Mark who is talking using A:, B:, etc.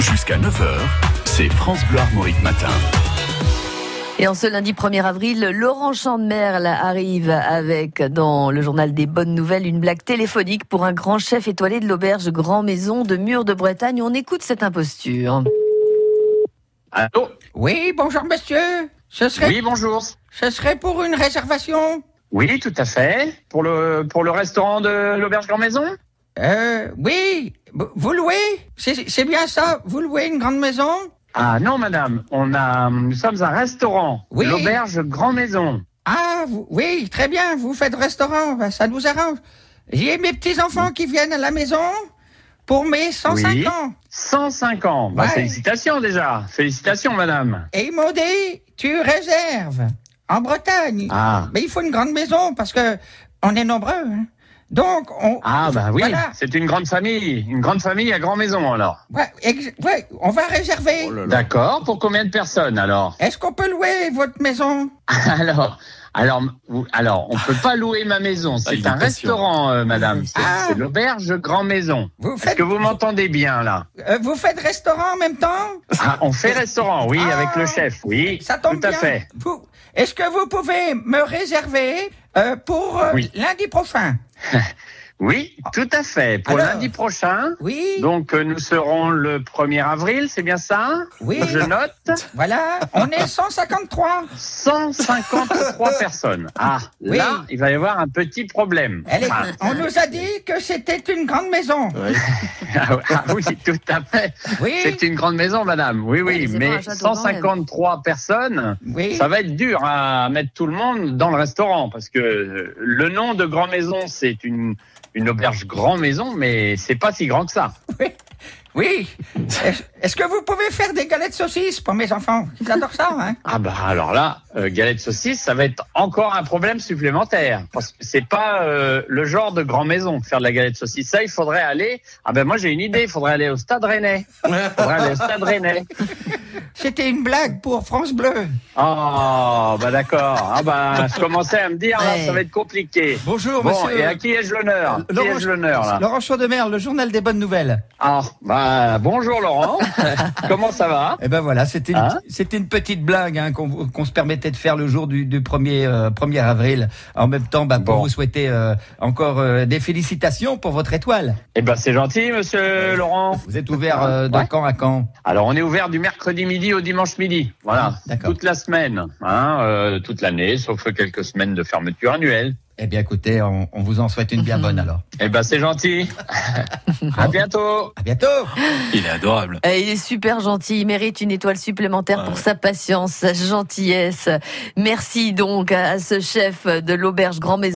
A: Jusqu'à 9h, c'est France Bleu Armorique Matin.
B: Et en ce lundi 1er avril, Laurent Chandemerle arrive avec, dans le journal des bonnes nouvelles, une blague téléphonique pour un grand chef étoilé de l'auberge Grand Maison de Mur de Bretagne. On écoute cette imposture.
C: Allô
D: Oui, bonjour monsieur. Ce serait,
C: Oui, bonjour.
D: ce serait pour une réservation.
C: Oui, tout à fait. Pour le, pour le restaurant de l'Auberge Grand Maison
D: Euh, oui, b- vous louez C'est c'est bien ça Vous louez une grande maison
C: Ah non, madame, on a, nous sommes un restaurant.
D: Oui.
C: L'Auberge Grand Maison.
D: Ah, vous- oui, très bien, vous faites restaurant, bah, ça nous arrange. J'ai mes petits-enfants qui viennent à la maison pour mes 105
C: Oui.
D: ans.
C: 105 ans. Bah,
D: Ouais.
C: Félicitations déjà. Félicitations, madame.
D: Et ils m'ont dit, tu réserves en Bretagne.
C: Ah,
D: Mais il faut une grande maison parce que on est nombreux. hein. Donc, on,
C: ah bah oui,
D: Voilà.
C: c'est une grande famille. Une grande famille à Grand Maison alors.
D: ouais, ex- ouais, on va
C: Oh
D: réserver.
C: D'accord, pour combien de personnes alors
D: Est-ce qu'on peut louer votre maison
C: Alors, alors, vous- alors, on peut pas louer ma maison.
A: Ah, il est
C: C'est un
A: patient.
C: restaurant, euh, madame. C'est
D: Ah.
C: c'est l'Auberge Grand Maison.
D: Vous
C: Est-ce
D: faites,
C: que vous m'entendez bien là
D: euh, vous faites restaurant en même temps
C: Ah, on fait restaurant, oui,
D: Ah.
C: avec le chef, oui.
D: Ça tombe
C: tout à
D: bien.
C: fait.
D: Vous- Est-ce que vous pouvez me réserver euh, pour euh,
C: Oui.
D: lundi prochain
C: Oui, tout à fait. Pour
D: Alors.
C: lundi prochain,
D: Oui,
C: donc euh, nous serons le 1er avril, c'est bien ça
D: oui,
C: Je note
D: voilà, on est 153.
C: 153 personnes. Ah,
D: Oui.
C: là, il va y avoir un petit problème.
D: Elle est-
C: Ah,
D: on nous a dit que c'était une grande maison.
C: ah, ah oui, tout à fait.
D: Oui,
C: C'est une grande maison, madame. Oui,
B: Oui, mais
C: oui,
B: c'est pas un
C: mais
B: château quand même.
C: 153 personnes,
D: oui.
C: ça va être dur à mettre tout le monde dans le restaurant parce que euh, le nom de Grand Maison, c'est une, une auberge Grand Maison, mais c'est pas si grand que ça.
D: oui. Est-ce- Est-ce que vous pouvez faire des galettes saucisses pour mes enfants Ils adorent ça, hein
C: Ah bah alors là, euh, galette saucisse, ça va être encore un problème supplémentaire parce que c'est pas euh, le genre de Grand Maison faire de la galette saucisse. Ça, il faudrait aller. Ah ben moi j'ai une idée, il faudrait aller au Stade Rennais. Faudrait aller au Stade Rennais.
D: C'était une blague pour France Bleu.
C: Oh bah d'accord. Ah bah je commençais à me dire là,
B: Ouais.
C: ça va être compliqué.
E: Bonjour,
C: Bon,
E: monsieur.
C: et à qui ai-je l'honneur Qui
E: Laurent-
C: ai-je l'honneur là
E: Laurent Chaudemer, le journal des bonnes nouvelles.
C: Ah, bah, bonjour Laurent. Comment ça va
E: Eh ben voilà, c'était une,
C: Hein
E: c'était une petite blague hein, qu'on qu'on se permettait de faire le jour du, du 1er, euh, 1er avril. En même temps, bah, pour
C: Bon.
E: vous souhaiter euh, encore euh, des félicitations pour votre étoile.
C: Eh ben, c'est gentil, monsieur Laurent.
E: Vous êtes ouvert euh, de
C: Ouais.
E: quand à quand
C: Alors, on est ouvert du mercredi midi au dimanche midi. Voilà.
E: Ah, d'accord.
C: toute la semaine, hein, euh, toute l'année, sauf quelques semaines de fermeture annuelle.
E: Eh bien écoutez, on, on vous en souhaite une bien
B: Mhm.
E: bonne alors.
C: Eh ben, c'est gentil. à bientôt.
E: À bientôt
A: Il est adorable.
B: Euh, il est super gentil, il mérite une étoile supplémentaire pour sa patience, sa gentillesse. Merci donc à à ce chef de l'auberge Grand Maison.